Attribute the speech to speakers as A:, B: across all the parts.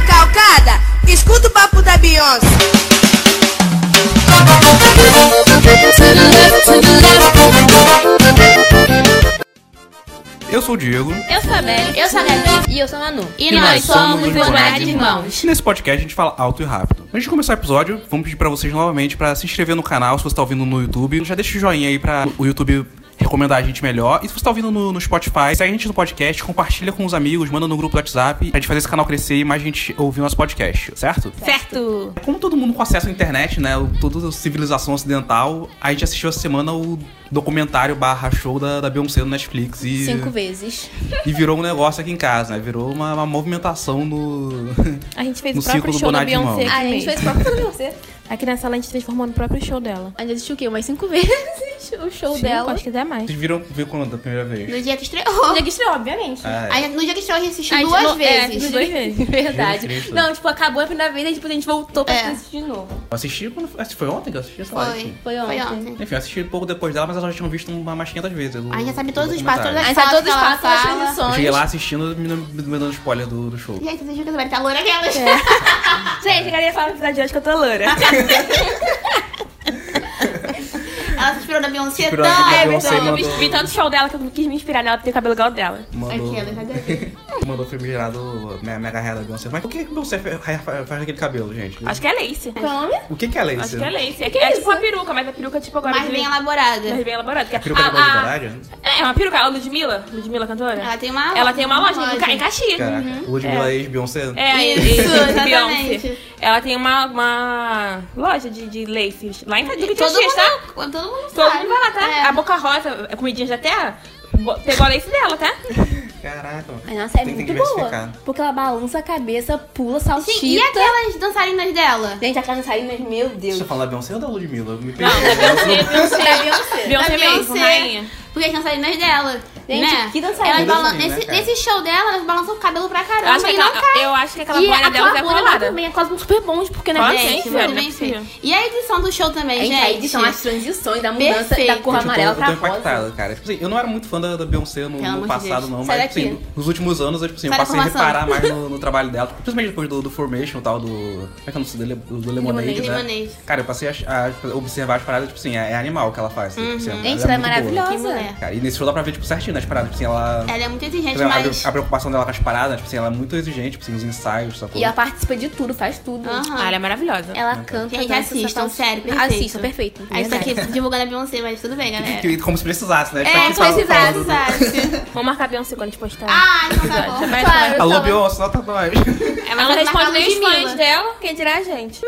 A: Moçada, escuta o papo da Beyoncé.
B: Eu sou o Diego
C: Eu sou a Belle, eu sou a Gabi e eu sou a Manu. E, nós, somos os Morar de Irmãos.
B: e nesse podcast a gente fala alto e rápido. Antes de começar o episódio, vamos pedir pra vocês novamente pra se inscrever no canal se você tá ouvindo no YouTube. Já deixa o joinha aí pra o YouTube recomendar a gente melhor. E se você tá ouvindo no, no Spotify, segue a gente no podcast, compartilha com os amigos, manda no grupo do WhatsApp pra gente fazer esse canal crescer e mais gente ouvir nosso podcast, certo?
C: Certo.
B: Como todo mundo com acesso à internet, né? o- Toda a civilização ocidental, a gente assistiu essa semana o documentário barra show da, da Beyoncé no Netflix e.
C: Cinco vezes.
B: E virou um negócio aqui em casa, né? Virou uma, uma movimentação no.
D: A gente fez
B: No
D: o próprio
B: círculo
D: show da
B: Bonatti de
D: Beyoncé
B: Mão.
D: aqui,
C: A gente
D: mesmo.
C: fez o próprio show você.
D: aqui na sala a gente transformou no próprio show dela.
C: A gente assistiu o quê? Umas cinco vezes o show
D: Cinco,
C: dela.
D: Acho que até mais.
B: Vocês viram ver quando da primeira vez?
E: No dia que estreou.
C: Dia que estreou, obviamente.
B: Ah,
E: A gente- No dia que estreou, a gente assistiu
C: A gente
E: duas
C: não- é,
E: vezes.
C: duas vezes. Verdade.
B: Jesus Cristo.
C: Não, tipo, acabou a primeira vez e depois a gente voltou pra
E: É.
C: assistir de novo.
B: Eu assisti quando. Foi ontem que eu assisti, sei lá.
E: Foi.
B: Enfim.
C: Foi ontem.
B: Enfim, eu assisti pouco depois dela, mas elas já tinham visto uma mais 500 vezes. o-
E: A gente já sabe
B: o
E: todos os passos,
B: documentário.
E: todas
C: Mas
E: as
C: a
E: falas
C: todos
E: que
C: os
E: ela
C: passos, todas as
E: fala.
B: Eu
C: transições.
B: cheguei lá assistindo, me, me, me dando spoiler do, do show.
E: Gente, vocês viram que eu vai estar loura aquela?
D: Gente, a galera fala pra de hoje que eu tô loura.
B: Então,
E: Ela se inspirou na Beyoncé
B: Inspirou na
E: tanto.
B: Beyoncé,
E: Ai,
B: mano.
E: Beyoncé.
D: Eu vi tanto show dela que eu quis me inspirar nela pra ter o cabelo igual ao dela.
B: Mandou.
E: Aquela, cadê?
B: Mandou filme gerado minha, minha carreira da Beyoncé. Mas por que que Beyoncé fa- fa- faz aquele cabelo, gente?
D: Acho que é lace.
C: Qual é o nome?
B: O que, que ela é
D: Acho
B: isso?
D: que é lace. É, que é tipo uma peruca, mas a peruca tipo agora...
E: Mais
D: de-
E: bem
D: mais
E: elaborada.
D: bem elaborada. que é
B: A peruca da
D: a- a-
B: Bolsonaro?
D: É, é uma peruca. A Ludmilla, Ludmilla é cantora.
E: Ela tem uma
D: Ela tem uma loja, Uhum. em Ca- em
E: loja.
D: Caxias.
B: Caraca, Ludmilla é ex-Beyoncé?
D: É, a
E: Isso,
D: ex- Beyoncé.
E: exatamente.
D: Ela tem uma, uma loja de, de laces lá em Caxias,
E: Todo mundo,
D: tá?
E: todo mundo
D: Todo
E: sabe.
D: mundo vai lá, tá?
E: É.
D: A Boca Rosa, a comidinha da terra, bo- pegou a lace dela, tá?
B: Caraca.
C: Mas nossa,
B: Tem-
C: é
B: tem
C: muito
B: que
C: boa.
B: diversificar.
C: Porque ela balança a cabeça, pula, saltita.
E: Sim, e aquelas dançarinas dela?
C: Gente, a casa saiu, mas meu Deus.
B: Você fala da Beyoncé ou da Ludmilla? Eu Me
D: Não, da Beyoncé, Beyoncé.
C: Da Beyoncé.
D: Beyoncé
E: Da
D: mesmo,
E: Beyoncé.
D: rainha.
E: Porque as dançarinas dela.
C: Gente,
E: né?
C: que é dançarina.
E: Elas balan-
B: Dançarina,
E: nesse,
B: cara.
E: nesse show dela, elas balançam o cabelo pra
D: Eu
E: caramba.
D: acho, que tá-
E: e não
D: aquela,
E: cai.
D: eu acho que aquela
E: e
D: boina
E: aquela
D: dela é
E: boina lá
D: colada.
C: também, é quase um super bons, porque
D: Fala
C: na
D: sério,
C: gente,
E: Gente,
D: velho,
E: muito
D: não é
E: bem
D: possível.
E: feito. E a edição do show também,
C: Gente,
E: gente?
C: aí são as transições da mudança da
E: Perfeito.
C: cor
B: Gente,
C: amarela
B: eu tô, eu tô
C: pra rosa.
B: impactado, cara. Tipo assim, eu não era muito fã da, da Beyoncé no,
E: tá Pelo
B: no
E: amor de
B: passado,
E: Deus.
B: não,
E: Sai
B: mas
E: daqui.
B: assim, nos últimos anos eu, tipo assim, eu
E: Sai da
B: passei a
E: formação.
B: reparar mais no, no trabalho dela, tipo, principalmente depois do, do Formation e tal, do. Como é que é o nome do, Le- do Lemonade,
E: Lemonade,
B: né?
E: Lemonade.
B: Cara, eu passei a, a observar as paradas, tipo assim, é, é animal o que ela faz. Tipo,
E: Uhum.
B: assim,
C: Gente, ela é
B: muito boa.
E: Que
C: maravilhosa.
E: mulher.
B: Cara, e nesse show dá pra ver, tipo, certinho né, as paradas, tipo assim, ela.
E: Ela é muito exigente,
B: a-
E: mas.
B: a, preocupação dela com as paradas, tipo assim, ela é muito exigente, tipo assim, os ensaios, sacou?
C: E ela participa de tudo, faz tudo.
E: Aham.
D: Ah, ela é maravilhosa.
C: Ela canta,
E: Gente,
C: dança,
E: assistam,
C: só faz-
E: sério, perfeito.
C: Assistam, perfeito.
E: Ah, Isso
C: verdade.
E: aqui divulgando a Beyoncé, mas tudo bem, galera.
B: Que- Como se precisasse, né? Tipo,
E: É,
B: aqui fala-
E: precisar,
B: falando-
E: exato.
D: Vamos marcar Beyoncé quando a gente postar.
E: Ah, então tá bom.
D: Vai,
E: Claro,
B: Alô,
E: então.
B: Beyoncé, nota nós.
D: ela não
E: vai marcar
D: responde nem os
E: Ludmilla.
D: fãs dela, quem dirá a gente.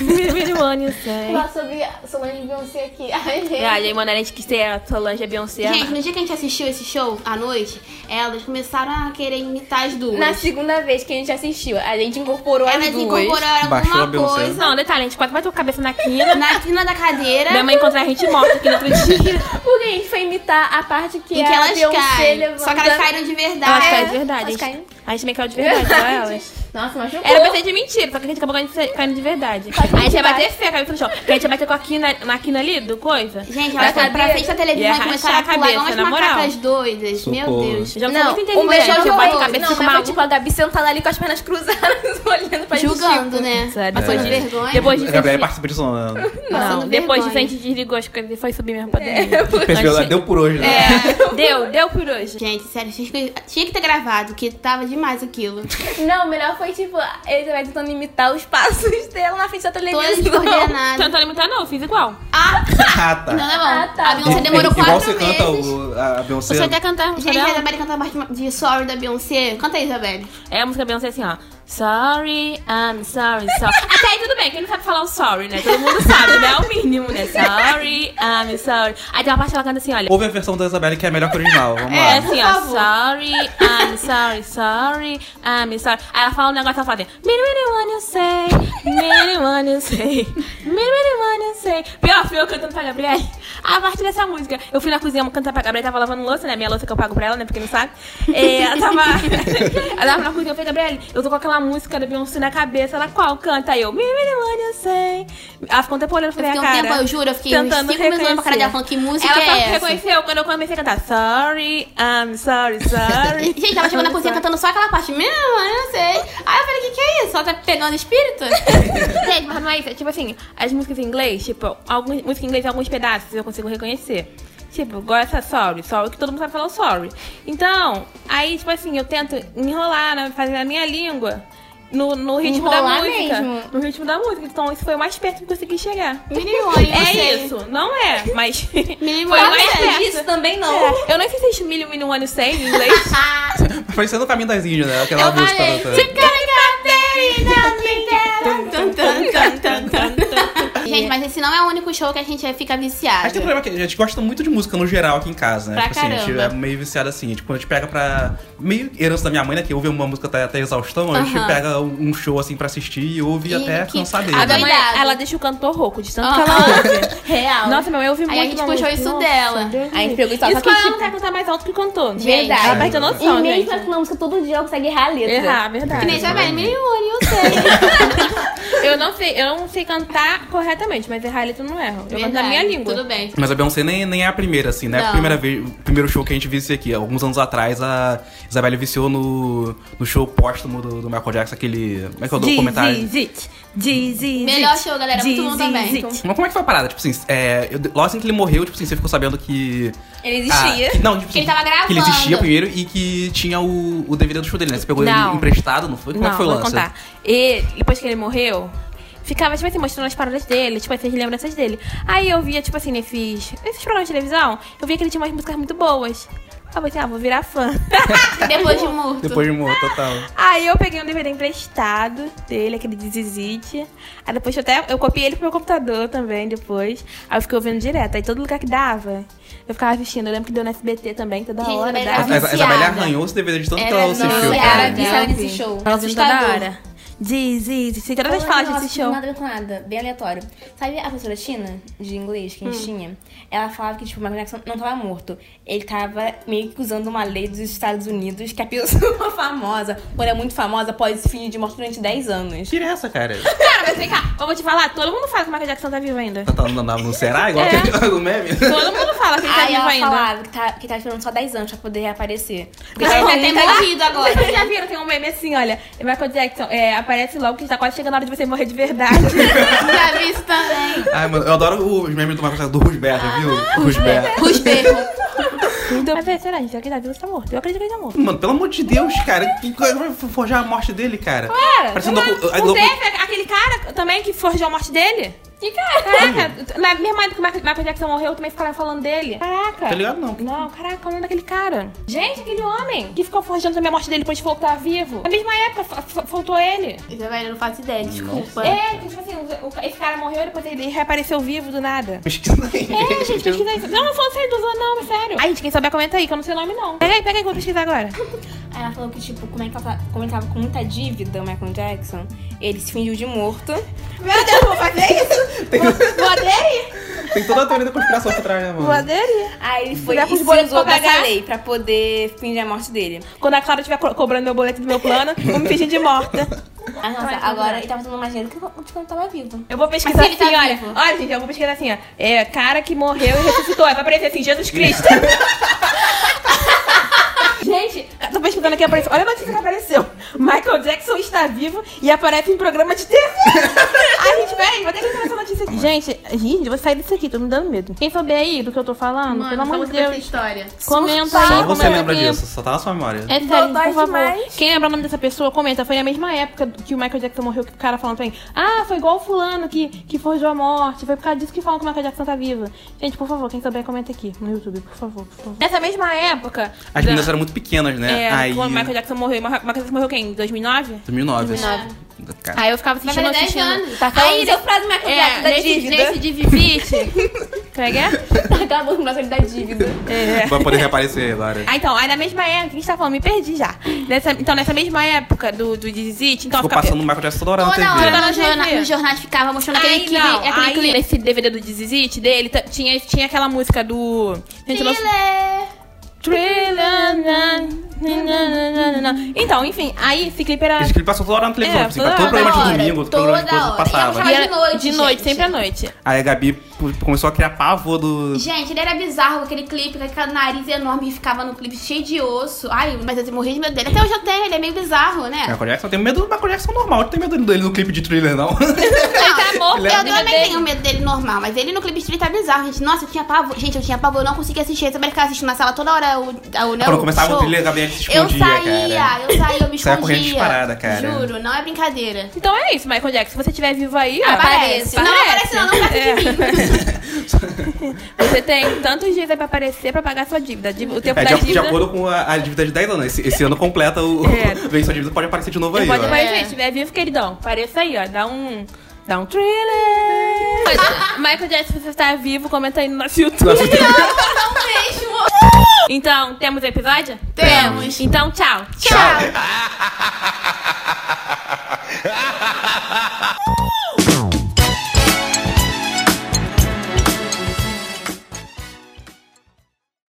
D: Miri, miri, one, you say.
C: Falar sobre Solange e Beyoncé aqui. Ai, gente.
D: Ah, gente, mano, a gente quis ter a Solange e a Beyoncé.
E: Gente, no dia que a gente assistiu esse show, à noite, elas começaram a querer imitar as duas.
C: Na segunda vez que a gente assistiu, a gente incorporou as
E: elas
C: duas.
E: incorporaram
B: Baixou a
E: alguma
B: Beyoncé.
E: coisa
D: Não, detalhe, a gente quase bateu a cabeça na quina.
E: na quina da cadeira.
D: Minha mãe encontrou a gente morta aqui no outro dia.
C: Porque a gente foi imitar a parte que, um
E: Em
C: a
E: que elas
C: Beyoncé
E: caem.
C: levanta-
E: Só que elas caíram de
D: Elas
E: verdade.
D: caem de verdade.
C: elas
D: A
C: caem.
D: gente, a gente também caiu de verdade, igual elas.
C: Nossa, machucou.
D: Era pra ser de mentira, só que a gente acabou caindo caindo de verdade. A gente ia bater feio a cabeça no chão. Porque a gente ia bater com a quina, na quina ali do coisa.
E: Gente, tá elas foram pra
C: cadeira.
E: frente da
D: Ia
E: televisão e
D: rachar
E: começaram a
D: a
E: pular
D: cabeça,
E: igual umas
D: na moral.
E: macacas doidas.
B: Socorro.
E: Meu Deus.
D: Já
C: não,
D: muito né?
C: o
D: inteligente,
C: melhor
D: que eu bato a cabeça e
C: não,
D: fico
C: mas foi
D: maluco.
C: tipo a Gabi sentada ali com as pernas cruzadas, olhando pra gente.
E: Julgando, né?
D: Sério.
E: Passando
B: É.
E: vergonha.
D: Depois
B: A
D: disso, a
B: Gabriela
D: gente...
B: participa disso, não. né?
E: Passando
D: Não, depois disso a
E: vergonha. É,
D: gente desligou as coisas e foi subir mesmo pra dentro.
B: Percebeu?
D: Achei-
B: Deu por hoje, né?
D: É, deu, deu por hoje.
E: Gente, sério, tinha que- tinha que ter gravado, que tava demais aquilo.
C: Não, o melhor foi tipo, ele vai tentando imitar os passos dela na frente da
E: Todas
C: televisão.
E: descoordenadas.
D: Tentando imitar, não, eu é fiz igual.
E: Ah,
B: Ah, tá.
E: não, não.
C: Ah, tá.
E: A Beyoncé demorou
B: Igual
E: quatro
B: você
E: meses.
B: canta o, a Beyoncé.
D: Você quer cantar a música
E: Gente, a
D: dela?
E: Isabelle canta a parte de Sorry da Beyoncé. Canta aí, Isabelle.
D: É a música da Beyoncé assim, ó. Sorry, I'm sorry, sorry. Até aí tudo bem, quem não sabe falar o sorry, né? Todo mundo sabe, né? É o mínimo, né? Sorry, I'm sorry. Aí tem uma parte que ela canta assim, olha.
B: Ouve a versão da Isabelle que é melhor que a original. Vamos lá.
D: É assim, ó.
E: favor.
D: Sorry, I'm sorry, sorry, I'm sorry. Aí ela fala um negócio, ela fala assim. Many, many one you say, many one you say, many, many one you say. Pior, fui eu cantando pra Gabriela. A partir dessa música, eu fui na cozinha cantar pra Gabriela, tava lavando louça, né? Minha louça que eu pago pra ela, né? Porque não sabe. É, ela tava. ela tava na cozinha, eu falei, Gabriela, eu tô com aquela uma música da Beyoncé na cabeça, ela qual canta? Aí eu, me, me, me, eu sei. Ela ficou um tempo olhando
E: Eu
D: pra minha
E: fiquei um
D: cara.
E: tempo, eu juro, eu fiquei uns
D: tentando
E: 5 minutos olhando pra cara dela
D: reconhecer.
E: falando que música
D: ela só
E: é essa.
D: reconheceu quando eu comecei a cantar Sorry, I'm sorry, sorry. Tipo
E: Gente, ela chegou na
D: I'm
E: cozinha
D: sorry.
E: cantando só aquela parte. Minha mãe, eu sei. Aí eu falei, o que, que é isso? Ela tá pegando espírito?
D: Gente, mas não é isso. É tipo assim, as músicas em inglês, tipo, alguns, música em inglês, alguns pedaços eu consigo reconhecer. Tipo, igual essa sorry, sorry, que todo mundo sabe falar é o sorry. Então, aí, tipo assim, eu tento enrolar, né, fazer a minha língua no, no ritmo
E: Enrolar
D: da música.
E: mesmo?
D: No ritmo da música. Então, isso foi o mais perto que eu consegui chegar.
E: Minimone,
D: É isso, não é, mas foi o
E: Milho
C: É,
D: mais
E: Milho
D: perto.
C: Disso também não.
D: É, Eu nem sei se existe milho, milho, ano, sei em inglês. é.
B: Parecendo o caminho das Índias, né? Aquela música.
E: falei,
B: tá-
E: "Você Gente, mas esse não é o único show que a gente fica
B: Mas tem um
E: viciado.
B: problema que a gente gosta muito de música no geral aqui em casa, né?
E: Pra
B: tipo assim, a gente é
E: caramba.
B: meio viciado assim. Tipo, quando a gente pega pra. Meio herança da minha mãe, né? Que ouve uma música até, até exaustão, a gente
E: Aham.
B: pega um um show assim pra assistir e ouve
E: E
B: até
E: que-
B: cansar dele.
E: a
D: A
B: né?
D: minha mãe,
E: Cuidado.
D: ela deixa o cantor rouco, de tanto
E: Aham.
D: que ela ouve.
C: Real.
D: Nossa, minha mãe ouve muito.
E: a gente
D: uma
E: puxou
D: música.
E: isso
D: Nossa,
E: dela.
D: Deus
C: Aí a gente pegou isso,
D: Isso
C: ela
D: quando
C: só que,
D: ela não
C: tipo,
D: quer cantar mais alto que cantou.
C: Verdade.
D: Ela perdeu
C: E
D: noção,
C: mesmo
D: gente.
C: aquela música todo dia, ela consegue errar a letra.
D: Errar, verdade.
E: assim. Que nem já vai, Milone, eu sei.
D: Eu não sei, eu não sei cantar corretamente, mas errar a letra eu não erro. Eu canto na
E: Verdade,
D: minha língua.
E: Tudo bem.
B: Mas a Beyoncé nem, nem é a primeira, assim, né? A
E: Não.
B: primeira vez, o primeiro show que a gente vicia aqui. Alguns anos atrás, a Isabelle viciou no, no show póstumo do, do Michael Jackson, aquele. Como é que é o documentário?
D: Zit, Diz it.
E: Melhor show, galera. Muito bom também.
B: Mas como é que foi a parada? Tipo assim, é, eu- logo assim que ele morreu, tipo assim, você ficou sabendo que.
C: Ele existia.
B: Ah, que- não, tipo,
E: Que ele
B: assim,
E: tava gravando.
B: Que ele existia primeiro e que tinha o, o DVD do show dele, né? Você pegou
D: Não.
B: ele emprestado, não foi? Como é
D: não,
B: que foi o
D: vou
B: lance?
D: contar. E depois que ele morreu, ficava, tipo assim, mostrando as paradas dele, tipo, essas lembranças dele. Aí eu via, tipo assim, nesses, nesses programas de televisão, eu via que ele tinha umas músicas muito boas. Aí eu pensei, ah, vou virar fã.
E: Depois de um morto.
B: Depois de morrer, total.
D: Aí eu peguei um DVD emprestado dele, aquele de Zizit. Aí depois eu até eu copiei ele pro meu computador também depois. Aí eu fiquei ouvindo direto. Aí todo lugar que dava, eu ficava assistindo. Eu lembro que deu no SBT também, toda
E: Gente,
D: hora.
E: também
B: A,
E: Tá
D: Dava.
B: a- a
E: viciada.
B: Isabelle arranhou esse DVD de tanto que
E: Ela
B: ela assistiu.
E: não-
B: cara.
C: Era
E: Ela
C: viciada nesse
E: ouvi.
C: show.
D: Ela ouvindo toda
E: Assustador.
D: hora. Zizit. Sei todas as falas desse show.
C: Nada a ver com nada, bem aleatório. Sabe a professora China, de inglês, que a gente tinha? Ela falava que, tipo, o Michael Jackson não tava morto. Ele tava meio que usando uma lei dos Estados Unidos que a pessoa famosa, quando é muito famosa, pode se fingir de morto durante 10 anos.
B: Que era essa, cara?
D: Cara, mas vem cá. Eu vou te falar, todo mundo fala que o Michael Jackson tá vivo ainda.
B: Tá, tá no, no, no Será? Igual aquele do meme?
D: Todo mundo fala que ele tá
C: Aí
D: vivo
C: ela
D: ainda.
C: falava que, tá, que tava esperando só 10 anos pra poder reaparecer. Porque
E: Ele
C: vai ter
E: deve ter
C: até morrer.
E: morrido agora.
D: Vocês já viram? Tem um meme assim, olha. Michael Jackson, é, aparece logo que tá quase chegando a hora de você morrer de verdade.
E: Já vi isso também.
B: Ai, mano, eu adoro os memes do Michael Jackson do Rusberto,
D: Ah,
B: viu? Rusberto.
E: Rusberro.
D: Então, mas é, será, gente? Será que ele tá vivo ou tá morto? Eu acredito que ele tá morto.
B: Mano, pelo amor de Deus, cara. Que coisa vai forjar a morte dele, cara?
D: Cara,
B: Parece um
D: não,
B: docu-
D: é-
B: a-
D: não
B: docu-
D: teve aquele cara também que forjou a morte dele? Que cara? Caraca, na minha irmã que o Michael Michael Jackson morreu, também ficaram falando dele. Caraca.
B: Tá ligado, não.
D: Não, caraca, o nome daquele cara. Gente, aquele homem que ficou forjando também a morte dele depois de voltar vivo. Na mesma época, fa- fa- faltou ele.
E: Isabelle, eu não faço ideia, desculpa.
D: É, que, tipo assim, o- o- esse cara morreu e depois ele reapareceu vivo do nada.
B: Pesquisa aí.
D: É, gente, pesquisa isso. Não, não falando sério, não, não, mas sério. Ai, gente, quem souber comenta aí, que eu não sei o nome, não. Pega aí, pega aí que eu vou pesquisar agora.
C: Aí ela falou que, tipo, como, é que ela, tá- como ele tava com muita dívida, o Michael Jackson, ele se fingiu de morto.
D: Meu Deus, vou fazer isso? Vou aderir?
B: Tem toda a teoria da conspiração por trás, né,
D: Vou
B: mano?
D: aderir.
C: Aí ele foi
D: Dá
C: e
D: pros
C: se
D: boletos
C: usou
D: pra
C: dessa
D: pagar?
C: lei pra poder fingir a morte dele.
D: Quando a Clara estiver co- cobrando meu boleto do meu plano, vou me fingir de morta.
C: Ah, nossa, agora
E: então,
C: ele tava tomando mais dinheiro do que de quando tipo, tava vivo.
D: Eu vou pesquisar
E: Mas
D: assim,
E: ele tá
D: olha.
E: vivo.
D: Olha, gente, eu vou pesquisar assim, ó. É, cara que morreu e ressuscitou. Aí Vai aparecer assim, Jesus Cristo. gente, eu tô pesquisando aqui, apareceu. Olha a notícia que apareceu. Michael Jackson está vivo e aparece em programa de TV. Ai, gente, peraí, vou ter que entrar nessa notícia aqui. Gente, gente, eu vou sair disso aqui, tô me dando medo. Quem souber aí do que eu tô falando, pelo amor de Deus,
E: história.
D: comenta aí.
B: Só você
D: comenta
B: lembra
D: aqui.
B: disso, só tá na sua memória.
D: É sério,
C: Dodói
D: por favor.
C: demais.
D: Quem lembra o nome dessa pessoa, comenta. Foi na mesma época que o Michael Jackson morreu, que o cara falando pra mim. Ah, foi igual o fulano que, que forjou a morte. Foi por causa disso que falam que o Michael Jackson tá vivo. Gente, por favor, quem souber, comenta aqui no YouTube, por favor, por favor. Nessa mesma época... da-
B: As meninas eram muito pequenas, né?
D: é,
B: aí.
D: quando o Michael Jackson morreu. O Michael Jackson morreu quem? Em 2009?
B: 2009. assim. Cara,
D: Aí eu ficava
E: Vai
D: assistindo,
E: fazer 10
D: assistindo.
E: anos.
D: Tá
C: Aí
D: falando-
C: deu frase do Michael Jackson da
D: é, nesse,
C: dívida.
D: nesse divivite... Como é que é?
C: Acabou com o Michael da dívida.
D: É.
B: Vai poder reaparecer agora.
D: Ah, então, aí na mesma época, que a gente tá falando, me perdi já. Nessa- então, nessa mesma época do, do Dizit, então
B: Ficou
D: fica-
B: passando o Michael Jackson toda hora na TV.
E: Toda hora
D: Ela
E: nos
D: já
E: jorna-
D: vê.
E: nos jornais ficava mostrando
D: Aí,
E: aquele clipe.
D: não,
E: Aquele
D: aí
E: clipe.
D: esse DVD do Dizit dele, t- tinha, tinha aquela música do... Gente, eu não-
E: Thriller.
D: Thriller, na, na, na, na, na, na, na. Então, enfim, aí esse clipe era.
B: Esse clipe passou toda hora na televisão,
D: É,
B: assim,
D: toda
B: todo
D: hora.
B: programa de
E: Toda
B: domingo,
E: hora,
B: todo programa de
E: toda
B: coisa
E: hora.
B: passava.
E: E
D: era
E: de noite,
D: de noite,
E: gente.
D: sempre à noite.
B: Aí a Gabi pu- começou a criar pavor do.
E: Gente, ele era bizarro, aquele clipe, com aquele nariz enorme que ficava no clipe cheio de osso. Ai, mas eu morri de medo dele. Até hoje eu tenho, ele é meio bizarro,
B: É,
E: né?
B: Michael Jackson, eu tenho medo do Michael Jackson normal, eu não tenho medo dele no clipe É, de thriller, não.
D: Ele tá morto,
E: Eu
D: né,
E: também
D: dele?
E: tenho medo dele normal, mas ele no clipe street tá bizarro, gente. Nossa, eu tinha pavor. Gente, eu tinha pavor, eu não conseguia assistir. Eu também ficava assistindo na sala toda hora o, o né,
B: Quando
E: o
B: começava o
E: show.
B: thriller, a Gabi se
E: Eu
B: escondia,
E: saía,
B: cara.
E: eu saía, eu me
B: Saia correndo
E: escondia.
B: disparada, cara.
E: Juro, não é brincadeira.
D: Então é isso, Michael Jackson. Se você estiver vivo aí, ó,
E: Aparece. Não aparece, não, não aparece de mim.
D: É. Você tem tantos dias aí pra aparecer pra pagar sua dívida. Dí- O tempo
B: É,
D: da
B: de, de
D: dívida.
B: acordo com a, a dívida de 10 anos. Esse, esse ano completa o.
D: É.
B: Vem sua dívida, pode aparecer de novo
D: Não
B: aí,
D: pode
B: ó.
D: aparecer.
E: É.
D: Se estiver vivo, queridão, apareça aí, ó. Dá um. Dá um thriller. Mas, Michael Jackson, se você está vivo, comenta aí no nosso YouTube.
B: Nossa,
E: Não mesmo.
D: Então, temos episódio?
E: Temos.
D: Então, tchau.
E: Tchau.